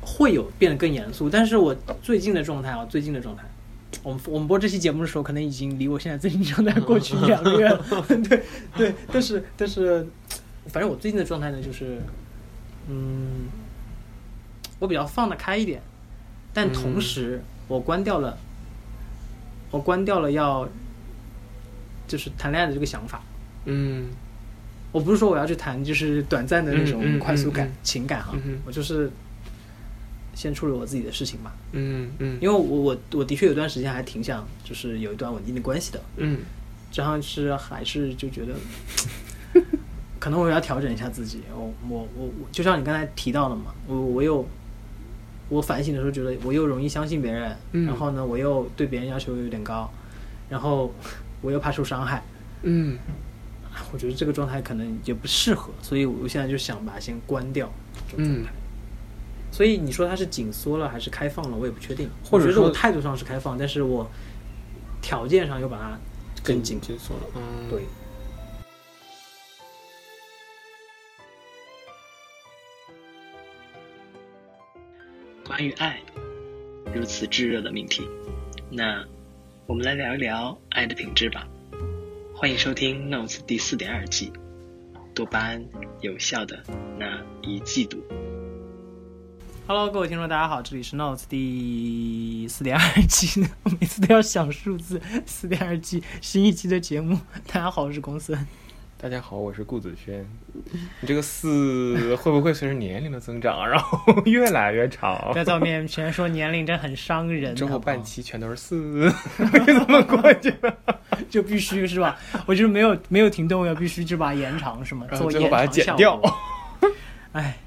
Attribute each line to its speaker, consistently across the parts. Speaker 1: 会有变得更严肃。但是我最近的状态啊，最近的状态，我们我们播这期节目的时候，可能已经离我现在最近状态过去 一两个月了。 对对，但是但是，反正我最近的状态呢，就是，嗯，我比较放得开一点，但同时我关掉了，我关掉了要就是谈恋爱的这个想法。
Speaker 2: 嗯
Speaker 1: 我不是说我要去谈就是短暂的那种快速感、
Speaker 2: 嗯嗯嗯嗯
Speaker 1: 情感哈，
Speaker 2: 嗯哼
Speaker 1: 我就是先处理我自己的事情嘛。
Speaker 2: 嗯嗯，
Speaker 1: 因为我我我的确有段时间还挺想就是有一段稳定的关系的，
Speaker 2: 嗯
Speaker 1: 然后是还是就觉得，可能我要调整一下自己。我我我我，就像你刚才提到的嘛，我我又我反省的时候觉得我又容易相信别人，
Speaker 2: 嗯
Speaker 1: 然后呢我又对别人要求有点高，然后我又怕受伤害，
Speaker 2: 嗯
Speaker 1: 我觉得这个状态可能也不适合，所以我现在就想把它先关掉。
Speaker 2: 嗯
Speaker 1: 这种状态。所以你说它是紧缩了还是开放了，我也不确定。
Speaker 2: 或
Speaker 1: 我
Speaker 2: 者
Speaker 1: 觉得
Speaker 2: 说
Speaker 1: 我态度上是开放，但是我条件上又把它更紧。
Speaker 2: 紧缩了。嗯，
Speaker 1: 对，，
Speaker 3: 关于爱，如此炙热的命题，那我们来聊一聊爱的品质吧。欢迎收听 Notes 第四点二季，多巴胺有效的那一季度。
Speaker 1: Hello，各位听众，大家好，这里是 Notes 第四点二季， 我每次都要想数字，四点二季新一期的节目。大家好，我是公司。
Speaker 2: 大家好，我是顾子轩。你这个四会不会随着年龄的增长，然后越来越 长
Speaker 1: 不？要在我面前说年龄，真很伤人。
Speaker 2: 之
Speaker 1: 好
Speaker 2: 后
Speaker 1: 不好
Speaker 2: 半期全都是四，你 怎么过 去了？
Speaker 1: 就必须是吧？我就是没有没有停顿，我要必须就把它延长是吗？
Speaker 2: 然后
Speaker 1: 做
Speaker 2: 最
Speaker 1: 延
Speaker 2: 后
Speaker 1: 长
Speaker 2: 把它剪掉。
Speaker 1: 哎，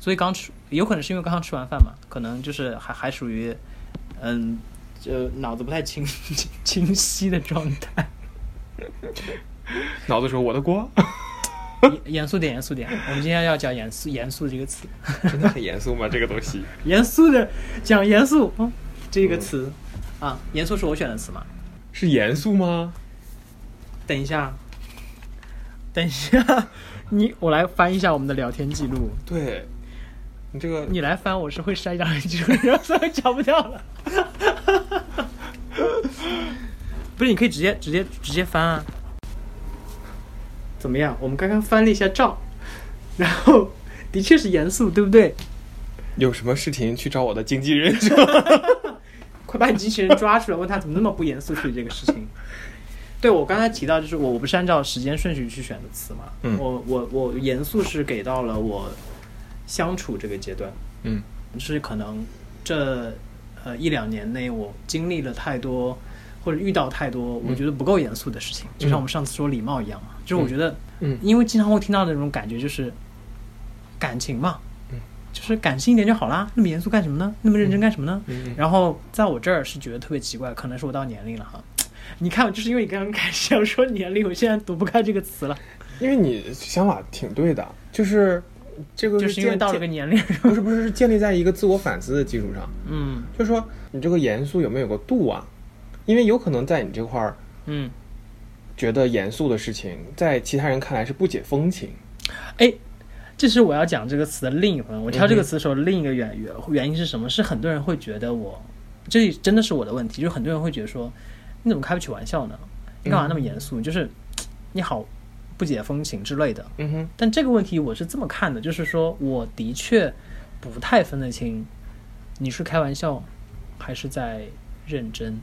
Speaker 1: 所以刚吃，有可能是因为刚刚吃完饭嘛，可能就是还还属于，嗯，就脑子不太清 清晰的状态。
Speaker 2: 脑子说我的锅，
Speaker 1: 严严肃点，严肃点。我们今天要讲严肃严肃这个词，
Speaker 2: 真的很严肃吗？这个东西？
Speaker 1: 严肃的讲严肃、嗯、这个词、啊，严肃是我选的词嘛？
Speaker 2: 是严肃吗？
Speaker 1: 等一下，等一下， 你我来翻一下我们的聊天记录。
Speaker 2: 对，你这个
Speaker 1: 你来翻，我是会筛掉一句， 然后再找不掉了。 不是，你可以直接直接直接翻啊。怎么样？我们刚刚翻了一下照，然后的确是严肃，对不对？
Speaker 2: 有什么事情去找我的经纪人说？
Speaker 1: 快把你经纪人抓出来，问他怎么那么不严肃处理这个事 情。对，我刚才提到，就是我我不是按照时间顺序去选的词嘛，
Speaker 2: 嗯
Speaker 1: 我我我严肃是给到了我相处这个阶段，
Speaker 2: 嗯
Speaker 1: 是可能这呃一两年内我经历了太多，或者遇到太多我觉得不够严肃的事情，就像我们上次说礼貌一样嘛，就是我觉得，
Speaker 2: 嗯
Speaker 1: 因为经常会听到的那种感觉就是感情嘛，
Speaker 2: 嗯
Speaker 1: 就是感性一点就好啦，那么严肃干什么呢？那么认真干什么呢？
Speaker 2: 嗯
Speaker 1: 然后在我这儿是觉得特别奇怪，可能是我到年龄了哈。你看，就是因为你刚刚开始要说年龄，我现在读不开这个词了，
Speaker 2: 因为你想法挺对的，就是这个
Speaker 1: 就是因为
Speaker 2: 建
Speaker 1: 到了个年龄，
Speaker 2: 不是不是是建立在一个自我反思的基础上，
Speaker 1: 嗯
Speaker 2: 就是说你这个严肃有没有个度啊？因为有可能在你这块儿
Speaker 1: 嗯，
Speaker 2: 觉得严肃的事情，在其他人看来是不解风情。
Speaker 1: 哎，这是我要讲这个词的另一部分。我挑这
Speaker 2: 嗯
Speaker 1: 个
Speaker 2: 哼
Speaker 1: 词的时候，另一个原原原因是什么？是很多人会觉得我，这真的是我的问题，就是很多人会觉得说，你怎么开不起玩笑呢？你干嘛那么严肃？就是你好不解风情之类的。
Speaker 2: 嗯哼，
Speaker 1: 但这个问题我是这么看的，就是说我的确不太分得清你是开玩笑还是在认真，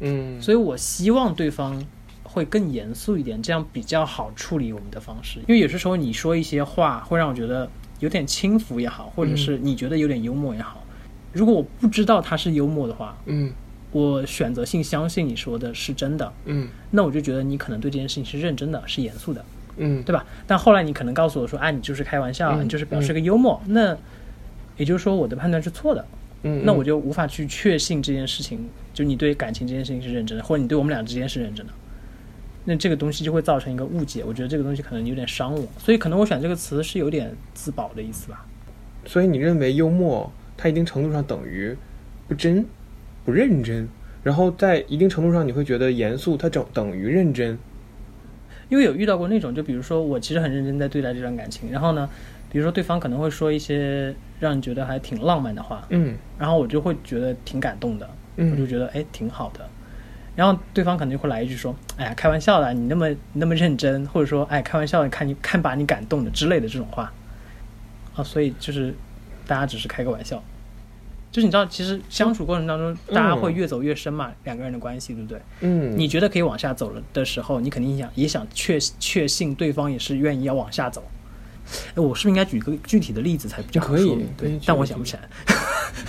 Speaker 2: 嗯，
Speaker 1: 所以我希望对方会更严肃一点，这样比较好处理我们的方式。因为有些时候你说一些话会让我觉得有点轻浮也好，或者是你觉得有点幽默也好，如果我不知道他是幽默的话，
Speaker 2: 嗯
Speaker 1: 我选择性相信你说的是真的，
Speaker 2: 嗯
Speaker 1: 那我就觉得你可能对这件事情是认真的，是严肃的。
Speaker 2: 嗯
Speaker 1: 对吧？但后来你可能告诉我说，啊，你就是开玩笑，
Speaker 2: 嗯
Speaker 1: 你就是表示个幽默，那也就是说我的判断是错的，
Speaker 2: 嗯，
Speaker 1: 那我就无法去确信这件事情，就你对感情这件事情是认真的，或者你对我们俩之间是认真的，那这个东西就会造成一个误解，我觉得这个东西可能有点伤我，所以可能我选这个词是有点自保的意思吧。
Speaker 2: 嗯所以你认为幽默它一定程度上等于不真、不认真，然后在一定程度上你会觉得严肃它等等于认真。
Speaker 1: 因为有遇到过那种，就比如说我其实很认真在对待这段感情，然后呢，比如说对方可能会说一些让你觉得还挺浪漫的话，
Speaker 2: 嗯
Speaker 1: 然后我就会觉得挺感动的，我就
Speaker 2: 嗯
Speaker 1: 觉得哎挺好的。然后对方可能就会来一句说：“哎呀，开玩笑的，你那么你那么认真，或者说哎开玩笑的，看你看把你感动的之类的这种话。”啊，所以就是大家只是开个玩笑，就是你知道，其实相处过程当中，大家会越走越深嘛，两个人的关系，对不对？
Speaker 2: 嗯，
Speaker 1: 你觉得可以往下走了的时候，你肯定想也想确确信对方也是愿意要往下走。哎，我是不是应该举个具体的例子才比较好
Speaker 2: 可以
Speaker 1: 说明
Speaker 2: 可
Speaker 1: 对
Speaker 2: 以举，
Speaker 1: 但
Speaker 2: 个
Speaker 1: 我
Speaker 2: 例
Speaker 1: 想不
Speaker 2: 子
Speaker 1: 起来。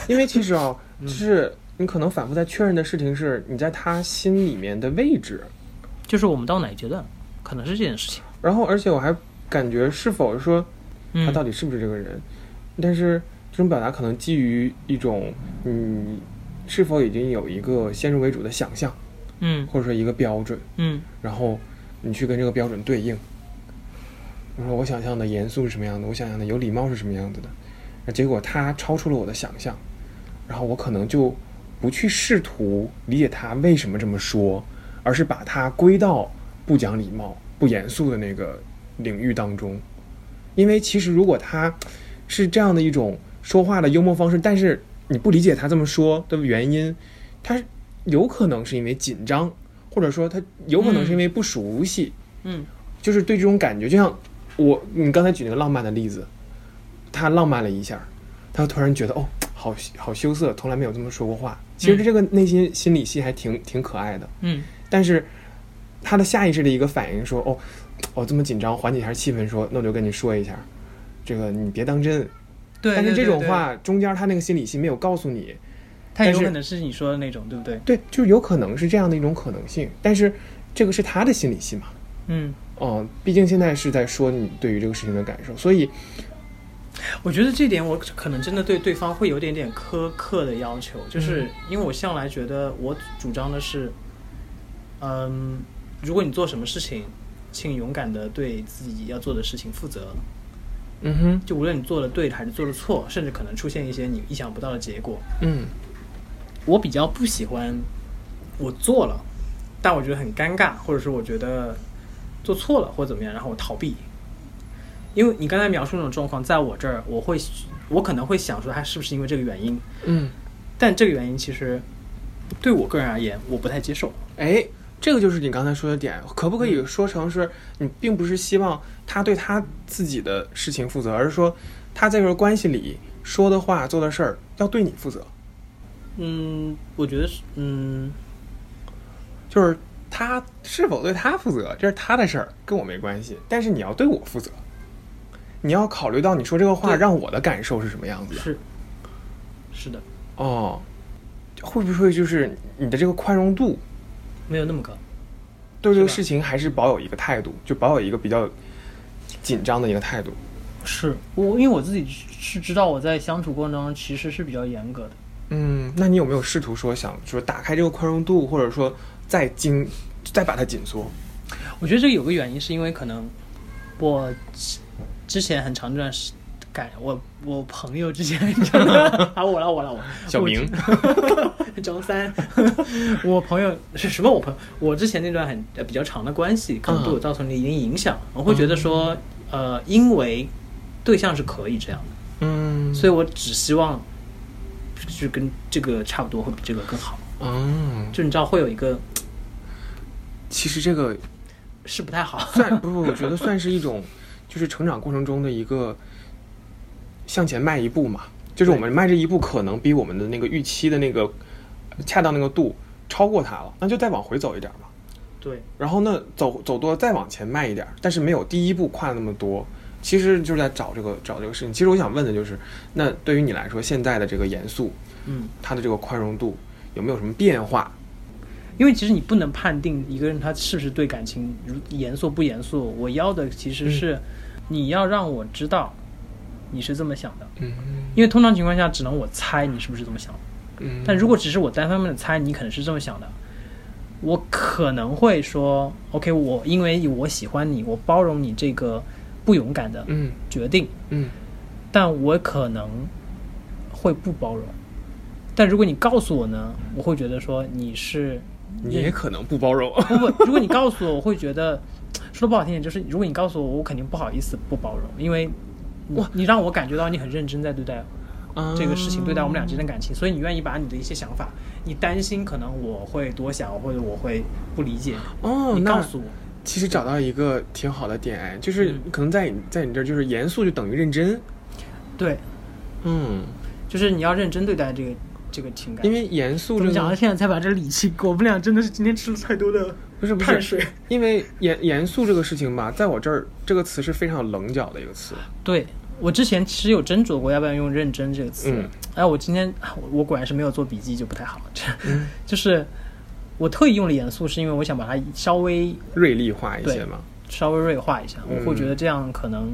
Speaker 2: 因为其实啊，就是你可能反复在确认的事情是你在他心里面的位置，
Speaker 1: 就是我们到哪一阶段，可能是这件事情。
Speaker 2: 然后而且我还感觉是否说他
Speaker 1: 嗯，
Speaker 2: 到底是不是这个人，但是这种表达可能基于一种你是否已经有一个先入为主的想象，
Speaker 1: 嗯
Speaker 2: 或者说一个标准，
Speaker 1: 嗯
Speaker 2: 然后你去跟这个标准对应。我说我想象的严肃是什么样的，我想象的有礼貌是什么样子的，那结果他超出了我的想象，然后我可能就不去试图理解他为什么这么说，而是把它归到不讲礼貌、不严肃的那个领域当中。因为其实如果他是这样的一种说话的幽默方式，但是你不理解他这么说的原因，他有可能是因为紧张，或者说他有可能是因为不熟悉，
Speaker 1: 嗯
Speaker 2: 就是对这种感觉，就像我你刚才举那个浪漫的例子，他浪漫了一下，他突然觉得哦，好好羞涩，从来没有这么说过话。其实这个内心心理戏还挺挺可爱的，
Speaker 1: 嗯
Speaker 2: 但是他的下意识的一个反应说：“哦，我这么紧张，缓解一下气氛说，那我就跟你说一下，这个你别当真。”
Speaker 1: 对。
Speaker 2: 但是
Speaker 1: 对
Speaker 2: 这种，
Speaker 1: 对对
Speaker 2: 话中间他那个心理戏没有告诉你，
Speaker 1: 它有
Speaker 2: 但是嗯
Speaker 1: 可能是你说的那种，对不对？
Speaker 2: 对，就是有可能是这样的一种可能性，但是这个是他的心理戏嘛，
Speaker 1: 嗯，
Speaker 2: 嗯，毕竟现在是在说你对于这个事情的感受，所以
Speaker 1: 我觉得这点我可能真的对对方会有点点苛刻的要求，
Speaker 2: 嗯
Speaker 1: 就是因为我向来觉得我主张的是，嗯，如果你做什么事情，请勇敢的对自己要做的事情负责，
Speaker 2: 嗯哼，
Speaker 1: 就无论你做的对还是做的错，甚至可能出现一些你意想不到的结果，
Speaker 2: 嗯
Speaker 1: 我比较不喜欢我做了，但我觉得很尴尬，或者是我觉得做错了或者怎么样，然后我逃避。因为你刚才描述那种状况，在我这儿，我会我可能会想说，他是不是因为这个原因？
Speaker 2: 嗯，
Speaker 1: 但这个原因其实对我个人而言，我不太接受。
Speaker 2: 哎，这个就是你刚才说的点，可不可以说成是你并不是希望他对他自己的事情负责，而是说他在这个关系里说的话、做的事儿要对你负责，
Speaker 1: 嗯，我觉得是，嗯，
Speaker 2: 就是他是否对他负责，这是他的事儿，跟我没关系，但是你要对我负责。你要考虑到你说这个话
Speaker 1: 对
Speaker 2: 让我的感受是什么样子的
Speaker 1: 是是的，
Speaker 2: 哦，会不会就是你的这个宽容度
Speaker 1: 没有那么高。
Speaker 2: 对这个
Speaker 1: 是吧
Speaker 2: 事情还是保有一个态度，就保有一个比较紧张的一个态度。
Speaker 1: 是我，因为我自己是知道我在相处过程中其实是比较严格的。
Speaker 2: 嗯，那你有没有试图说想说打开这个宽容度，或者说再紧再把它紧缩？
Speaker 1: 我觉得这个有个原因，是因为可能我之之前很长一段时感，我我朋友之 前啊我了我了我
Speaker 2: 小明
Speaker 1: 张三， 我朋友是什么？我朋友我之前那段很呃比较长的关系，可能
Speaker 2: 嗯
Speaker 1: 对我造成了一定影响。我会觉得说，呃，因为对象是可以这样的，
Speaker 2: 嗯
Speaker 1: 所以我只希望就是跟这个差不多，会比这个更好。
Speaker 2: 嗯，
Speaker 1: 就你知道会有一个
Speaker 2: 其实这个
Speaker 1: 是不太好，
Speaker 2: 算不不，我觉得算是一种就是成长过程中的一个向前迈一步嘛。就是我们迈这一步，可能比我们的那个预期的那个恰到那个度超过它了，那就再往回走一点嘛。
Speaker 1: 对，
Speaker 2: 然后呢，走走多再往前迈一点儿，但是没有第一步跨那么多。其实就是在找这个找这个事情。其实我想问的就是，那对于你来说，现在的这个严肃，
Speaker 1: 嗯。
Speaker 2: 它的这个宽容度有没有什么变化？
Speaker 1: 因为其实你不能判定一个人他是不是对感情如严肃不严肃。我要的其实
Speaker 2: 嗯
Speaker 1: 是，你要让我知道你是这么想的，
Speaker 2: 嗯
Speaker 1: 因为通常情况下只能我猜你是不是这么想的。
Speaker 2: 嗯
Speaker 1: 但如果只是我单方面的猜你可能是这么想的，我可能会说 OK，我因为我喜欢你，我包容你这个不勇敢的
Speaker 2: 嗯
Speaker 1: 决定，
Speaker 2: 嗯
Speaker 1: 但我可能会不包容。但如果你告诉我呢，我会觉得说你是
Speaker 2: 你也可能不包容。
Speaker 1: 不不，如果你告诉我，我会觉得说不好听点，就是如果你告诉我，我肯定不好意思不包容，因为哇，你让我感觉到你很认真在对待 这个事
Speaker 2: 啊
Speaker 1: 情，对待我们俩之间的感情，所以你愿意把你的一些想法，你担心可能我会多想，或者我会不理解，
Speaker 2: 哦，
Speaker 1: 你
Speaker 2: 那
Speaker 1: 告诉我，嗯
Speaker 2: 其实找到一个挺好的点，哎，就是可能在你在你这儿就是严肃就等于认真，
Speaker 1: 对，
Speaker 2: 嗯，
Speaker 1: 就是你要认真对待这个这个情感。
Speaker 2: 因为严肃
Speaker 1: 怎
Speaker 2: 这
Speaker 1: 么讲？啊
Speaker 2: 个
Speaker 1: 现在才把这理清，我们俩真的是今天吃了太多的
Speaker 2: 不是不
Speaker 1: 碳
Speaker 2: 是，
Speaker 1: 水。
Speaker 2: 因为严严肃这个事情吧，在我这儿这个词是非常有棱角的一个词，
Speaker 1: 对我之前其实有斟酌过要不要用“认真”这个词，
Speaker 2: 嗯
Speaker 1: 哎，我今天 啊我我果然是没有做笔记，就不太好。这、
Speaker 2: 嗯
Speaker 1: 就是我特意用了严肃，是因为我想把它稍微
Speaker 2: 锐利化一
Speaker 1: 对
Speaker 2: 些嘛，
Speaker 1: 稍微锐化一下，我会
Speaker 2: 嗯
Speaker 1: 觉得这样可能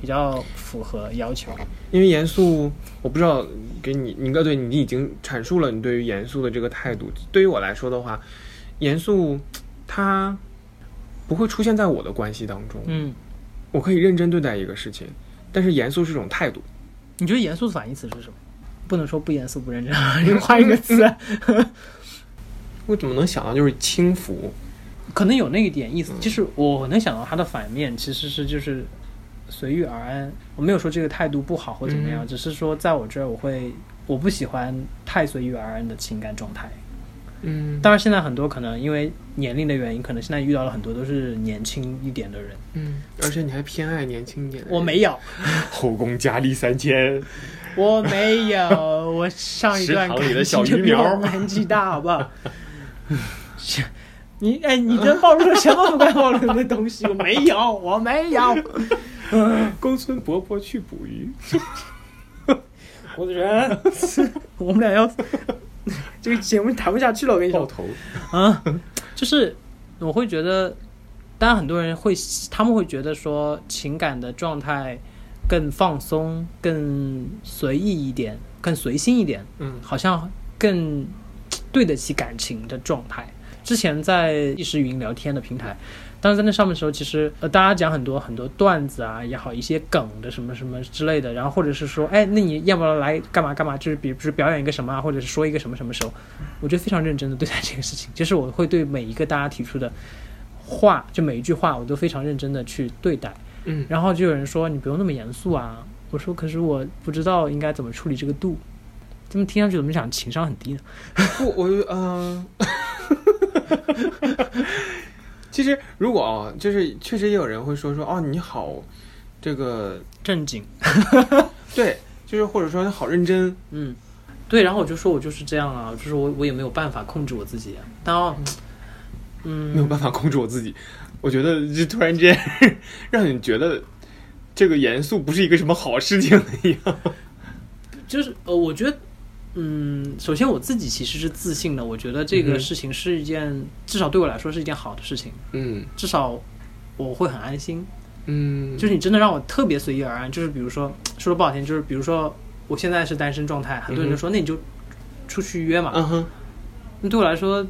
Speaker 1: 比较符合要求。
Speaker 2: 因为严肃，我不知道给你，你哥对你已经阐述了你对于严肃的这个态度。对于我来说的话，严肃它不会出现在我的关系当中。
Speaker 1: 嗯，
Speaker 2: 我可以认真对待一个事情，但是严肃是一种态度。
Speaker 1: 你觉得严肃的反义词是什么？不能说不严肃不认真， 换一个词，
Speaker 2: 我怎么能想到就是轻浮？
Speaker 1: 可能有那一点意
Speaker 2: 嗯
Speaker 1: 思。就是我能想到它的反面其实是就是随遇而安。我没有说这个态度不好或怎么样，
Speaker 2: 嗯
Speaker 1: 只是说在我这儿我会我不喜欢太随遇而安的情感状态。
Speaker 2: 嗯
Speaker 1: 当然，现在很多可能因为年龄的原因，可能现在遇到了很多都是年轻一点的人。
Speaker 2: 嗯，而且你还偏爱年轻一点。
Speaker 1: 我没有，
Speaker 2: 后宫佳丽三千，
Speaker 1: 我没 有，我上一段感
Speaker 2: 食堂里
Speaker 1: 情
Speaker 2: 的小
Speaker 1: 就
Speaker 2: 鱼
Speaker 1: 比
Speaker 2: 苗
Speaker 1: 我们年纪大，好不 好？是你哎，你这暴露了什么不该暴露的东西？我没有，我没有。
Speaker 2: 公孙伯伯去捕 鱼。
Speaker 1: 我的人，我们俩要这个节目谈不下去了，我跟你
Speaker 2: 爆
Speaker 1: 说
Speaker 2: 头，
Speaker 1: 啊，就是我会觉得，当然很多人会，他们会觉得说情感的状态更放松、更随意一点、更随心一点，
Speaker 2: 嗯
Speaker 1: 好像更嗯对得起感情的状态。之前在意识云聊天的平台，当时在那上面的时候，其实呃大家讲很多很多段子啊也好，一些梗的什么什么之类的，然后或者是说，哎，那你要不要来干嘛干嘛？就是比如就是表演一个什么啊，或者是说一个什么什么时候，我觉得非常认真的对待这个事情，就是我会对每一个大家提出的话，就每一句话，我都非常认真的去对待。
Speaker 2: 嗯
Speaker 1: 然后就有人说你不用那么严肃啊，我说可是我不知道应该怎么处理这个度，这么听上去怎么想情商很低呢？
Speaker 2: 不，我嗯，呃 其实如果啊、就是确实也有人会说说哦，你好，这个
Speaker 1: 正经，
Speaker 2: 对，就是或者说你好认真，
Speaker 1: 嗯，对，然后我就说我就是这样啊，就是我我也没有办法控制我自己、啊，但哦
Speaker 2: 没有
Speaker 1: 嗯，
Speaker 2: 办法控制我自己。我觉得就突然间 让你觉得这个严肃不是一个什么好事情一样。
Speaker 1: 就是呃，我觉得。嗯，首先我自己其实是自信的，我觉得这
Speaker 2: 嗯
Speaker 1: 个
Speaker 2: 哼
Speaker 1: 事情是一件，至少对我来说是一件好的事情。
Speaker 2: 嗯
Speaker 1: 至少我会很安心。
Speaker 2: 嗯，
Speaker 1: 就是你真的让我特别随遇而安，就是比如说说的不好听，就是比如说我现在是单身状态，很多人就说那你就出去约嘛。
Speaker 2: 嗯哼，
Speaker 1: 那对我来说，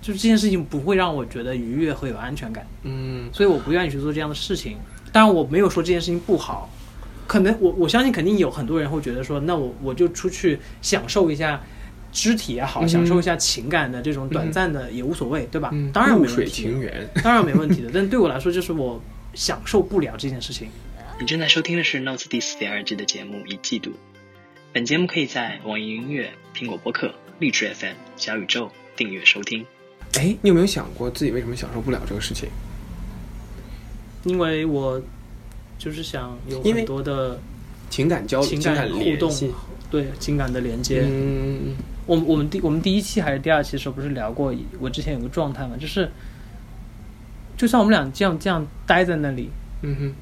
Speaker 1: 就是这件事情不会让我觉得愉悦和有安全感，
Speaker 2: 嗯
Speaker 1: 所以我不愿意去做这样的事情。当然我没有说这件事情不好。可能我我相信肯定有很多人会觉得说，那我我就出去享受一下肢体也好，
Speaker 2: 嗯
Speaker 1: 享受一下情感的这种短
Speaker 2: 嗯
Speaker 1: 暂的也无所谓，对吧？
Speaker 2: 嗯，
Speaker 1: 当然没
Speaker 2: 露
Speaker 1: 问题。
Speaker 2: 水情缘。
Speaker 1: 当然没问题的，但对我来说，就是我享受不了这件事情。
Speaker 3: 你正在收听的是《Notes》第四点二季的节目《一季度》。本节目可以在网易云音乐、苹果播客、荔枝 FM、小宇宙订阅收听。
Speaker 2: 哎，你有没有想过自己为什么享受不了这个事情？
Speaker 1: 因为我就是想有
Speaker 2: 因为
Speaker 1: 很多的
Speaker 2: 情感交流、
Speaker 1: 情
Speaker 2: 情
Speaker 1: 感互
Speaker 2: 联
Speaker 1: 动
Speaker 2: 系，
Speaker 1: 对情感的连接。
Speaker 2: 嗯
Speaker 1: 我们我们第我们第一期还是第二期的时候，不是聊过我之前有个状态嘛，就是就像我们俩这样这样待在那里，
Speaker 2: 嗯哼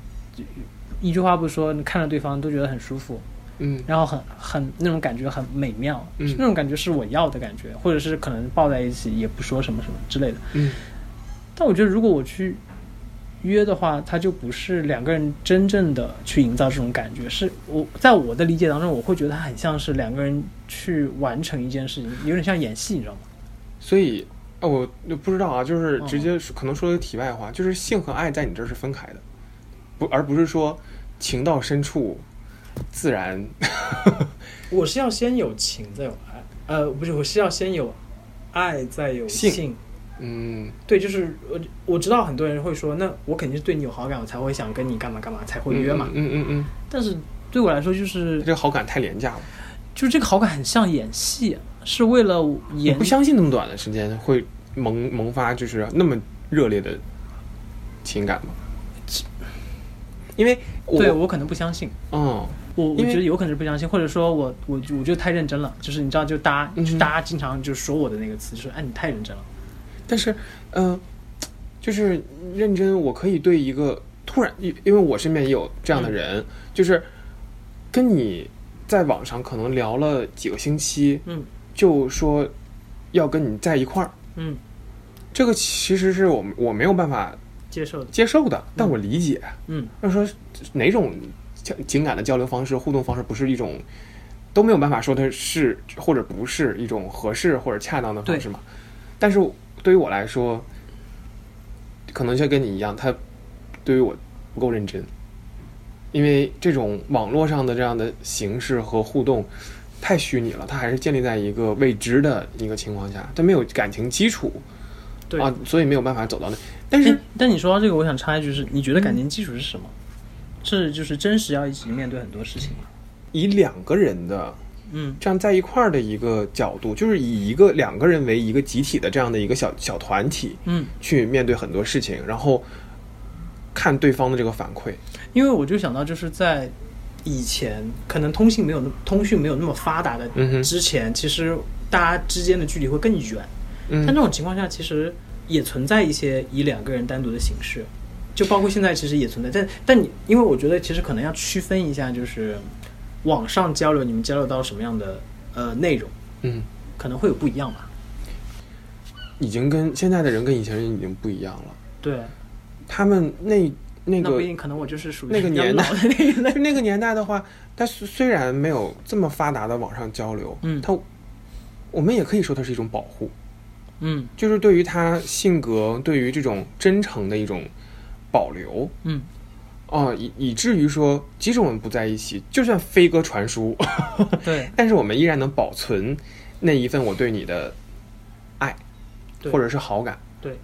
Speaker 1: 一句话不说，你看着对方都觉得很舒服，
Speaker 2: 嗯
Speaker 1: 然后很很那种感觉很美妙，
Speaker 2: 嗯
Speaker 1: 是那种感觉是我要的感觉，或者是可能抱在一起也不说什么什么之类的。
Speaker 2: 嗯。
Speaker 1: 但我觉得如果我去约的话，它就不是两个人真正的去营造这种感觉，是我在我的理解当中，我会觉得它很像是两个人去完成一件事情，有点像演戏，你知道吗？
Speaker 2: 所以，哦，我就不知道啊，就是
Speaker 1: 哦
Speaker 2: 直接说可能说一个题外话，就是性和爱在你这儿是分开的，不，而不是说情到深处自然。
Speaker 1: 我是要先有情再有爱，呃，不是，我是要先有爱再有
Speaker 2: 性
Speaker 1: 性
Speaker 2: 嗯，
Speaker 1: 对，就是我我知道很多人会说，那我肯定是对你有好感，我才会想跟你干嘛干嘛，才会约嘛。
Speaker 2: 嗯嗯嗯
Speaker 1: 但是对我来说，就
Speaker 2: 嗯，
Speaker 1: 是
Speaker 2: 这个好感太廉价了，
Speaker 1: 就是这个好感很像演戏，是为了
Speaker 2: 你
Speaker 1: 演
Speaker 2: 不相信那么短的时间会萌萌发就是那么热烈的情感吗？因为我
Speaker 1: 对我可能不相信，
Speaker 2: 嗯，
Speaker 1: 我我
Speaker 2: 因为
Speaker 1: 觉得有可能是不相信，或者说我我就我就太认真了，就是你知道，就大家、
Speaker 2: 嗯
Speaker 1: 就大家经常就说我的那个词，就是哎你太认真了，
Speaker 2: 但是，嗯、就是认真，我可以对一个突然，因因为我身边也有这样的人，就是跟你在网上可能聊了几个星期，
Speaker 1: 嗯
Speaker 2: 就说要跟你在一块儿，
Speaker 1: 嗯，
Speaker 2: 这个其实是我我没有办法
Speaker 1: 接受的，
Speaker 2: 接受的，但我理解。
Speaker 1: 嗯
Speaker 2: 要说哪种交情感的交流方式、互动方式不是一种都没有办法说它是或者不是一种合适或者恰当的方式嘛？但是对于我来说，可能就跟你一样，他对于我不够认真，因为这种网络上的这样的形式和互动。太虚拟了，它还是建立在一个未知的一个情况下，它没有感情基础
Speaker 1: 对。哎
Speaker 2: 啊，所以没有办法走到那。
Speaker 1: 但
Speaker 2: 但是
Speaker 1: 是但你说到这个，我想插一句是，你觉得感情基础是什么？这就是真实要一起面对很多事情嘛。
Speaker 2: 以两个人的
Speaker 1: 嗯
Speaker 2: 这样在一块儿的一个角度，就是以一个两个人为一个集体的这样的一个小小团体
Speaker 1: 嗯，
Speaker 2: 去面对很多事情，然后看对方的这个反馈。
Speaker 1: 因为我就想到就是在以前，可能通信没有那通讯没有那么发达的
Speaker 2: 嗯哼
Speaker 1: 之前，其实大家之间的距离会更远。
Speaker 2: 嗯
Speaker 1: 但这种情况下，其实也存在一些以两个人单独的形式，就包括现在其实也存在。但但你，因为我觉得其实可能要区分一下，就是网上交流，你们交流到什么样的呃内容，
Speaker 2: 嗯，
Speaker 1: 可能会有不一样吧。
Speaker 2: 已经跟现在的人跟以前人已经不一样了。
Speaker 1: 对，
Speaker 2: 他们那那
Speaker 1: 那不
Speaker 2: 个
Speaker 1: 一定，可能我就是属于
Speaker 2: 那个
Speaker 1: 比较
Speaker 2: 年代
Speaker 1: 老的那一类。
Speaker 2: 就那个年代的话，它虽虽然没有这么发达的网上交流，
Speaker 1: 嗯
Speaker 2: 它我们也可以说它是一种保护。
Speaker 1: 嗯
Speaker 2: 就是对于他性格，对于这种真诚的一种保留
Speaker 1: 嗯，
Speaker 2: 啊、以以至于说，即使我们不在一起，就算飞鸽传书，
Speaker 1: 对
Speaker 2: 但是我们依然能保存那一份我对你的爱
Speaker 1: 对
Speaker 2: 或者是好感，
Speaker 1: 对，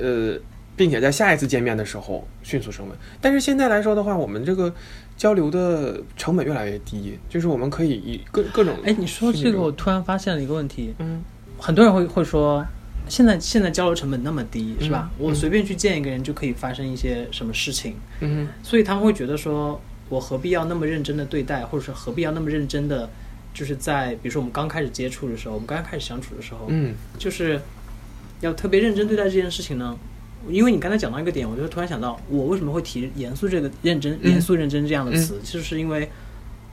Speaker 2: 呃，并且在下一次见面的时候迅速升温。但是现在来说的话，我们这个交流的成本越来越低，就是我们可以以各各种
Speaker 1: 哎，你说这
Speaker 2: 这
Speaker 1: 个，
Speaker 2: 个
Speaker 1: 我突然发现了一个问题，
Speaker 2: 嗯
Speaker 1: 很多人会会说，现在现在交流成本那么低，是吧？
Speaker 2: 嗯
Speaker 1: 我
Speaker 2: 嗯
Speaker 1: 随便去见一个人就可以发生一些什么事情，
Speaker 2: 嗯
Speaker 1: 所以他们会觉得说，我何必要那么认真的对待，或者是何必要那么认真的，就是在比如说我们刚开始接触的时候，我们刚开始相处的时候，
Speaker 2: 嗯
Speaker 1: 就是要特别认真对待这件事情呢？因为你刚才讲到一个点，我就突然想到，我为什么会提“严肃”这个“认真”、“
Speaker 2: 嗯
Speaker 1: 严肃”、“认真”这样的词，就是因为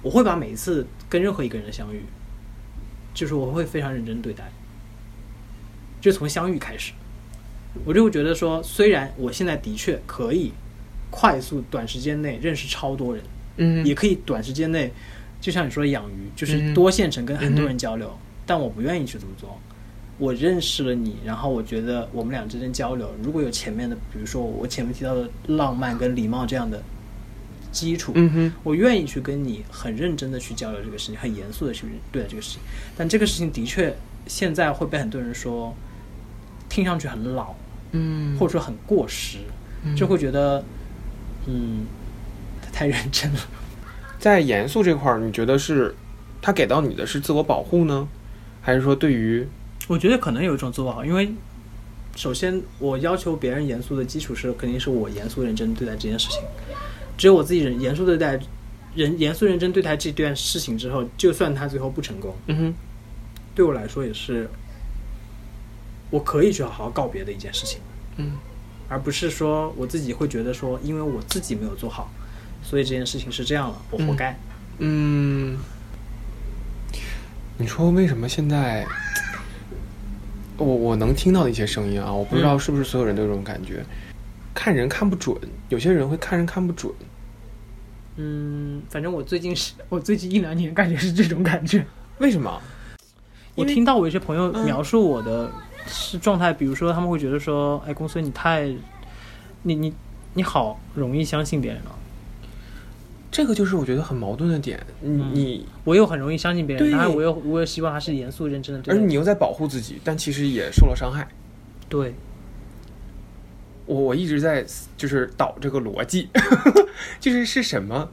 Speaker 1: 我会把每一次跟任何一个人的相遇，就是我会非常认真对待，就从相遇开始，我就会觉得说，虽然我现在的确可以快速短时间内认识超多人，
Speaker 2: 嗯，
Speaker 1: 也可以短时间内，就像你说的养鱼，就是
Speaker 2: 嗯
Speaker 1: 多线程跟很多人交流，但我不愿意去这么做。我认识了你，然后我觉得我们俩之间交流，如果有前面的，比如说我前面提到的浪漫跟礼貌这样的基础，
Speaker 2: 嗯哼
Speaker 1: 我愿意去跟你很认真的去交流这个事情，很严肃的去对待这个事情。但这个事情的确现在会被很多人说，听上去很老，
Speaker 2: 嗯
Speaker 1: 或者说很过时，就会觉得，嗯，他太认真了。
Speaker 2: 在严肃这块儿，你觉得是他给到你的是自我保护呢，还是说对于
Speaker 1: 我觉得可能有一种做不好，因为首先我要求别人严肃的基础是，肯定是我严肃认真对待这件事情。只有我自己人严肃对待，人严肃认真对待这段事情之后，就算他最后不成功，
Speaker 2: 嗯哼
Speaker 1: 对我来说也是我可以去好好告别的一件事情，
Speaker 2: 嗯
Speaker 1: 而不是说我自己会觉得说，因为我自己没有做好，所以这件事情是这样了，我活该。
Speaker 2: 嗯，你说为什么现在我我能听到的一些声音啊，我不知道
Speaker 1: 嗯
Speaker 2: 是不是所有人都有这种感觉，看人看不准，有些人会看人看不准，
Speaker 1: 嗯，反正我最近是我最近一两年感觉是这种感觉。
Speaker 2: 为什么？
Speaker 1: 我
Speaker 2: 因为
Speaker 1: 听到我有些朋友
Speaker 2: 嗯
Speaker 1: 描述我的是状态，比如说他们会觉得说，哎，公孙你太，你你你好容易相信别人了，
Speaker 2: 这个就是我觉得很矛盾的点，你、
Speaker 1: 嗯
Speaker 2: 你，
Speaker 1: 我又很容易相信别人，
Speaker 2: 对
Speaker 1: 然后我又我又希望他是严肃认真的
Speaker 2: 而
Speaker 1: 对待
Speaker 2: 你又在保护自己，但其实也受了伤害。
Speaker 1: 对，
Speaker 2: 我我一直在就是导这个逻辑， 就是是什么？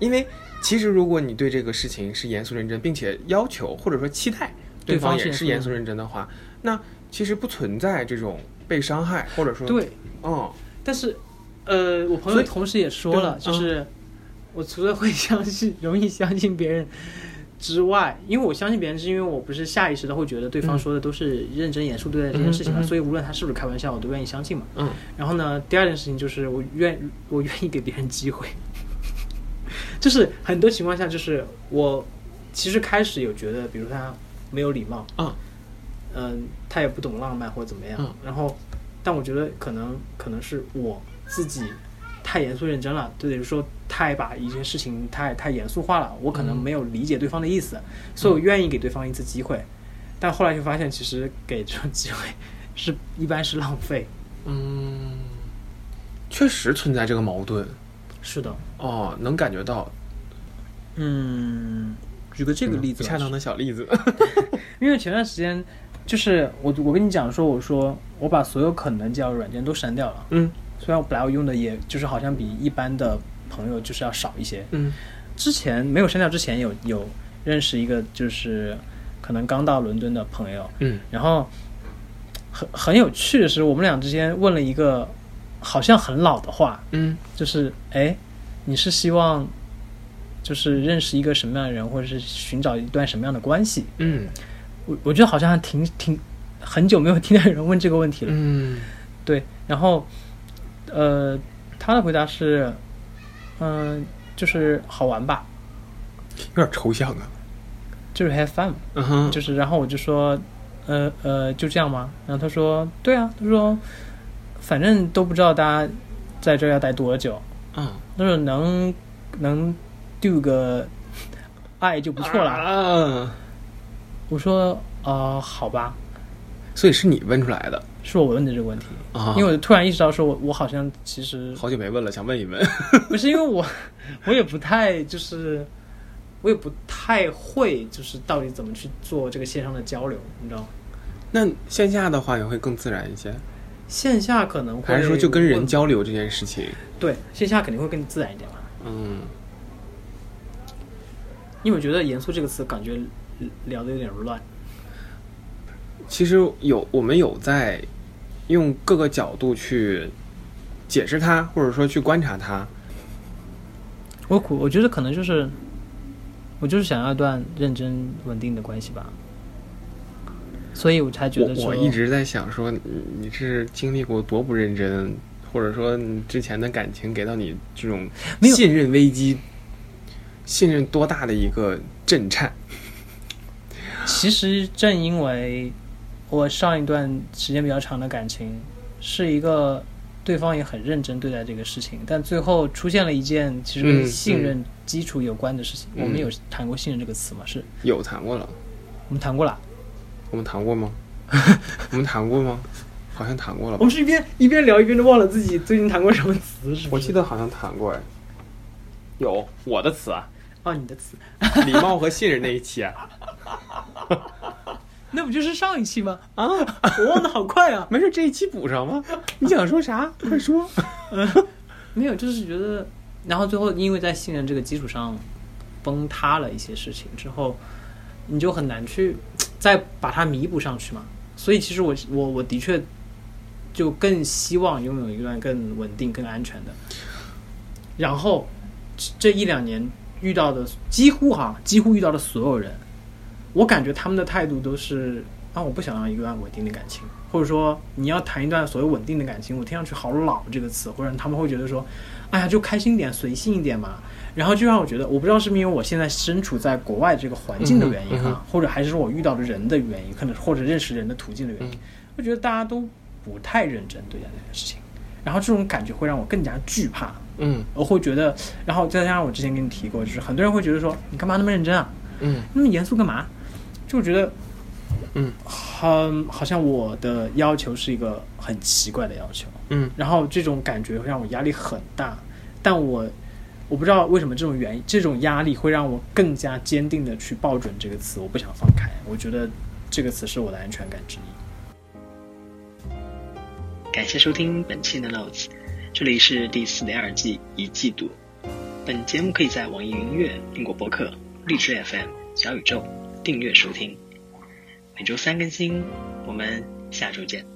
Speaker 2: 因为其实如果你对这个事情是严肃认真，并且要求或者说期待
Speaker 1: 对
Speaker 2: 方
Speaker 1: 方
Speaker 2: 也
Speaker 1: 是
Speaker 2: 是
Speaker 1: 严
Speaker 2: 严
Speaker 1: 肃
Speaker 2: 肃认真的话，那其实不存在这种被伤害或者说
Speaker 1: 对，
Speaker 2: 嗯
Speaker 1: 但是，呃，我朋友
Speaker 2: 所以
Speaker 1: 同时也说了，就
Speaker 2: 对嗯
Speaker 1: 是我除了会相信、 容易相信别人之外，因为我相信别人，是因为我不是下意识的会觉得对方
Speaker 2: 嗯
Speaker 1: 说的都是认真严肃对待这件事情嘛，
Speaker 2: 嗯嗯嗯
Speaker 1: 所以无论他是不是开玩笑，我都愿意相信嘛。
Speaker 2: 嗯，
Speaker 1: 然后呢，第二件事情就是我愿我愿意给别人机会， 就是很多情况下，就是我其实开始有觉得，比如他没有礼貌，
Speaker 2: 嗯，
Speaker 1: 嗯、他也不懂浪漫或者怎么样，
Speaker 2: 嗯
Speaker 1: 然后，但我觉得可能可能是我自己太严肃认真了，就等于说太把一些事情太太严肃化了，我可能
Speaker 2: 嗯
Speaker 1: 没有理解对方的意思，所以我愿意给对方一次机会，但后来就发现，其实给这种机会是一般是浪费，
Speaker 2: 嗯，确实存在这个矛盾
Speaker 1: 是的。
Speaker 2: 哦，能感觉到
Speaker 1: 嗯，举个这个例子
Speaker 2: 不
Speaker 1: 吧，
Speaker 2: 恰当的小例子，
Speaker 1: 因为前段时间就是我我跟你讲说，我说我把所有可能交友软件都删掉了，
Speaker 2: 嗯
Speaker 1: 虽然我本来我用的也就是好像比一般的朋友就是要少一些。
Speaker 2: 嗯
Speaker 1: 之前没有删掉之前有有认识一个就是可能刚到伦敦的朋友，
Speaker 2: 嗯
Speaker 1: 然后很很有趣的是，我们俩之间问了一个好像很老的话，
Speaker 2: 嗯
Speaker 1: 就是哎，你是希望就是认识一个什么样的人，或者是寻找一段什么样的关系？
Speaker 2: 嗯
Speaker 1: 我我觉得好像还挺挺很久没有听到有人问这个问题了。
Speaker 2: 嗯
Speaker 1: 对，然后呃，他的回答是，嗯、就是好玩吧，
Speaker 2: 有点抽象啊，
Speaker 1: 就是 have fun，嘛
Speaker 2: 嗯哼，
Speaker 1: 就是然后我就说，呃呃，就这样吗？然后他说，对啊，他说反正都不知道大家在这儿要待多久，
Speaker 2: 嗯
Speaker 1: 他说能能 do 个爱就不错了。
Speaker 2: 啊，
Speaker 1: 我说呃，好吧，
Speaker 2: 所以是你问出来的
Speaker 1: 是我问的这个问题，
Speaker 2: 啊，
Speaker 1: 因为我突然意识到，说我我好像其实
Speaker 2: 好久没问了，想问一问。
Speaker 1: 不是因为我我也不太就是我也不太会就是到底怎么去做这个线上的交流，你知道吗？
Speaker 2: 那线下的话也会更自然一些，
Speaker 1: 线下可能会
Speaker 2: 还是说就跟人
Speaker 1: 问
Speaker 2: 交流这件事情？
Speaker 1: 对线下肯定会更自然一点嘛，
Speaker 2: 嗯
Speaker 1: 因为我觉得“严肃”这个词感觉聊的有点乱，，
Speaker 2: 其实有我们有在用各个角度去解释它，或者说去观察它。
Speaker 1: 我苦我觉得可能就是我就是想要一段认真稳定的关系吧，所以我才觉
Speaker 2: 我
Speaker 1: 得说
Speaker 2: 我一直在想说，你你是经历过多不认真，或者说你之前的感情给到你这种
Speaker 1: 没有
Speaker 2: 信任危机，信任多大的一个震颤？
Speaker 1: 其实正因为我上一段时间比较长的感情，是一个对方也很认真对待这个事情，但最后出现了一件其实
Speaker 2: 嗯
Speaker 1: 跟
Speaker 2: 嗯
Speaker 1: 信任基础有关的事情。
Speaker 2: 嗯
Speaker 1: 我们有谈过信任这个词吗？是
Speaker 2: 有谈过了，
Speaker 1: 我们谈过了。
Speaker 2: 我们谈过 吗？我们谈过吗？好像谈过了吧
Speaker 1: 我？们是一边一边聊一边都忘了自己最近谈过什么词，是不是？
Speaker 2: 我记得好像谈过哎，有我的词啊，
Speaker 1: 哦，你的词，
Speaker 2: 礼貌和信任那一期啊，
Speaker 1: 那不就是上一期吗？啊，我忘得好快 啊！
Speaker 2: 没事，这一期补上吗？你想说啥？快说。
Speaker 1: 没有，就是觉得，然后最后因为在信任这个基础上崩塌了一些事情之后，你就很难去再把它弥补上去嘛。所以其实我我我的确就更希望拥有一段更稳定、更安全的。然后这这一两年遇到的几乎哈，几乎遇到的所有人，我感觉他们的态度都是啊，我不想要一段稳定的感情，或者说你要谈一段所谓稳定的感情，我听上去好老这个词，或者他们会觉得说，哎呀，就开心一点，随性一点嘛。然后就让我觉得，我不知道是不是因为我现在身处在国外这个环境的原因
Speaker 2: 嗯哼嗯
Speaker 1: 啊，或者还是说我遇到的人的原因，可能或者认识人的途径的原因，我觉得大家都不太认真对待这件事情，然后这种感觉会让我更加惧怕。
Speaker 2: 嗯
Speaker 1: 我会觉得，然后再加上我之前跟你提过，就是很多人会觉得说，你干嘛那么认真啊？
Speaker 2: 嗯
Speaker 1: 那么严肃干嘛？就觉得，
Speaker 2: 嗯，
Speaker 1: 很好像我的要求是一个很奇怪的要求，
Speaker 2: 嗯
Speaker 1: 然后这种感觉会让我压力很大，但我我不知道为什么这种原因，这种压力会让我更加坚定的去抱准这个词，我不想放开，我觉得这个词是我的安全感之一。
Speaker 3: 感谢收听本期的 Notes，这里是第四点二季一季度。本节目可以在网易云音乐、苹果播客、荔枝 FM、小宇宙订阅收听，每周三更新。我们下周见。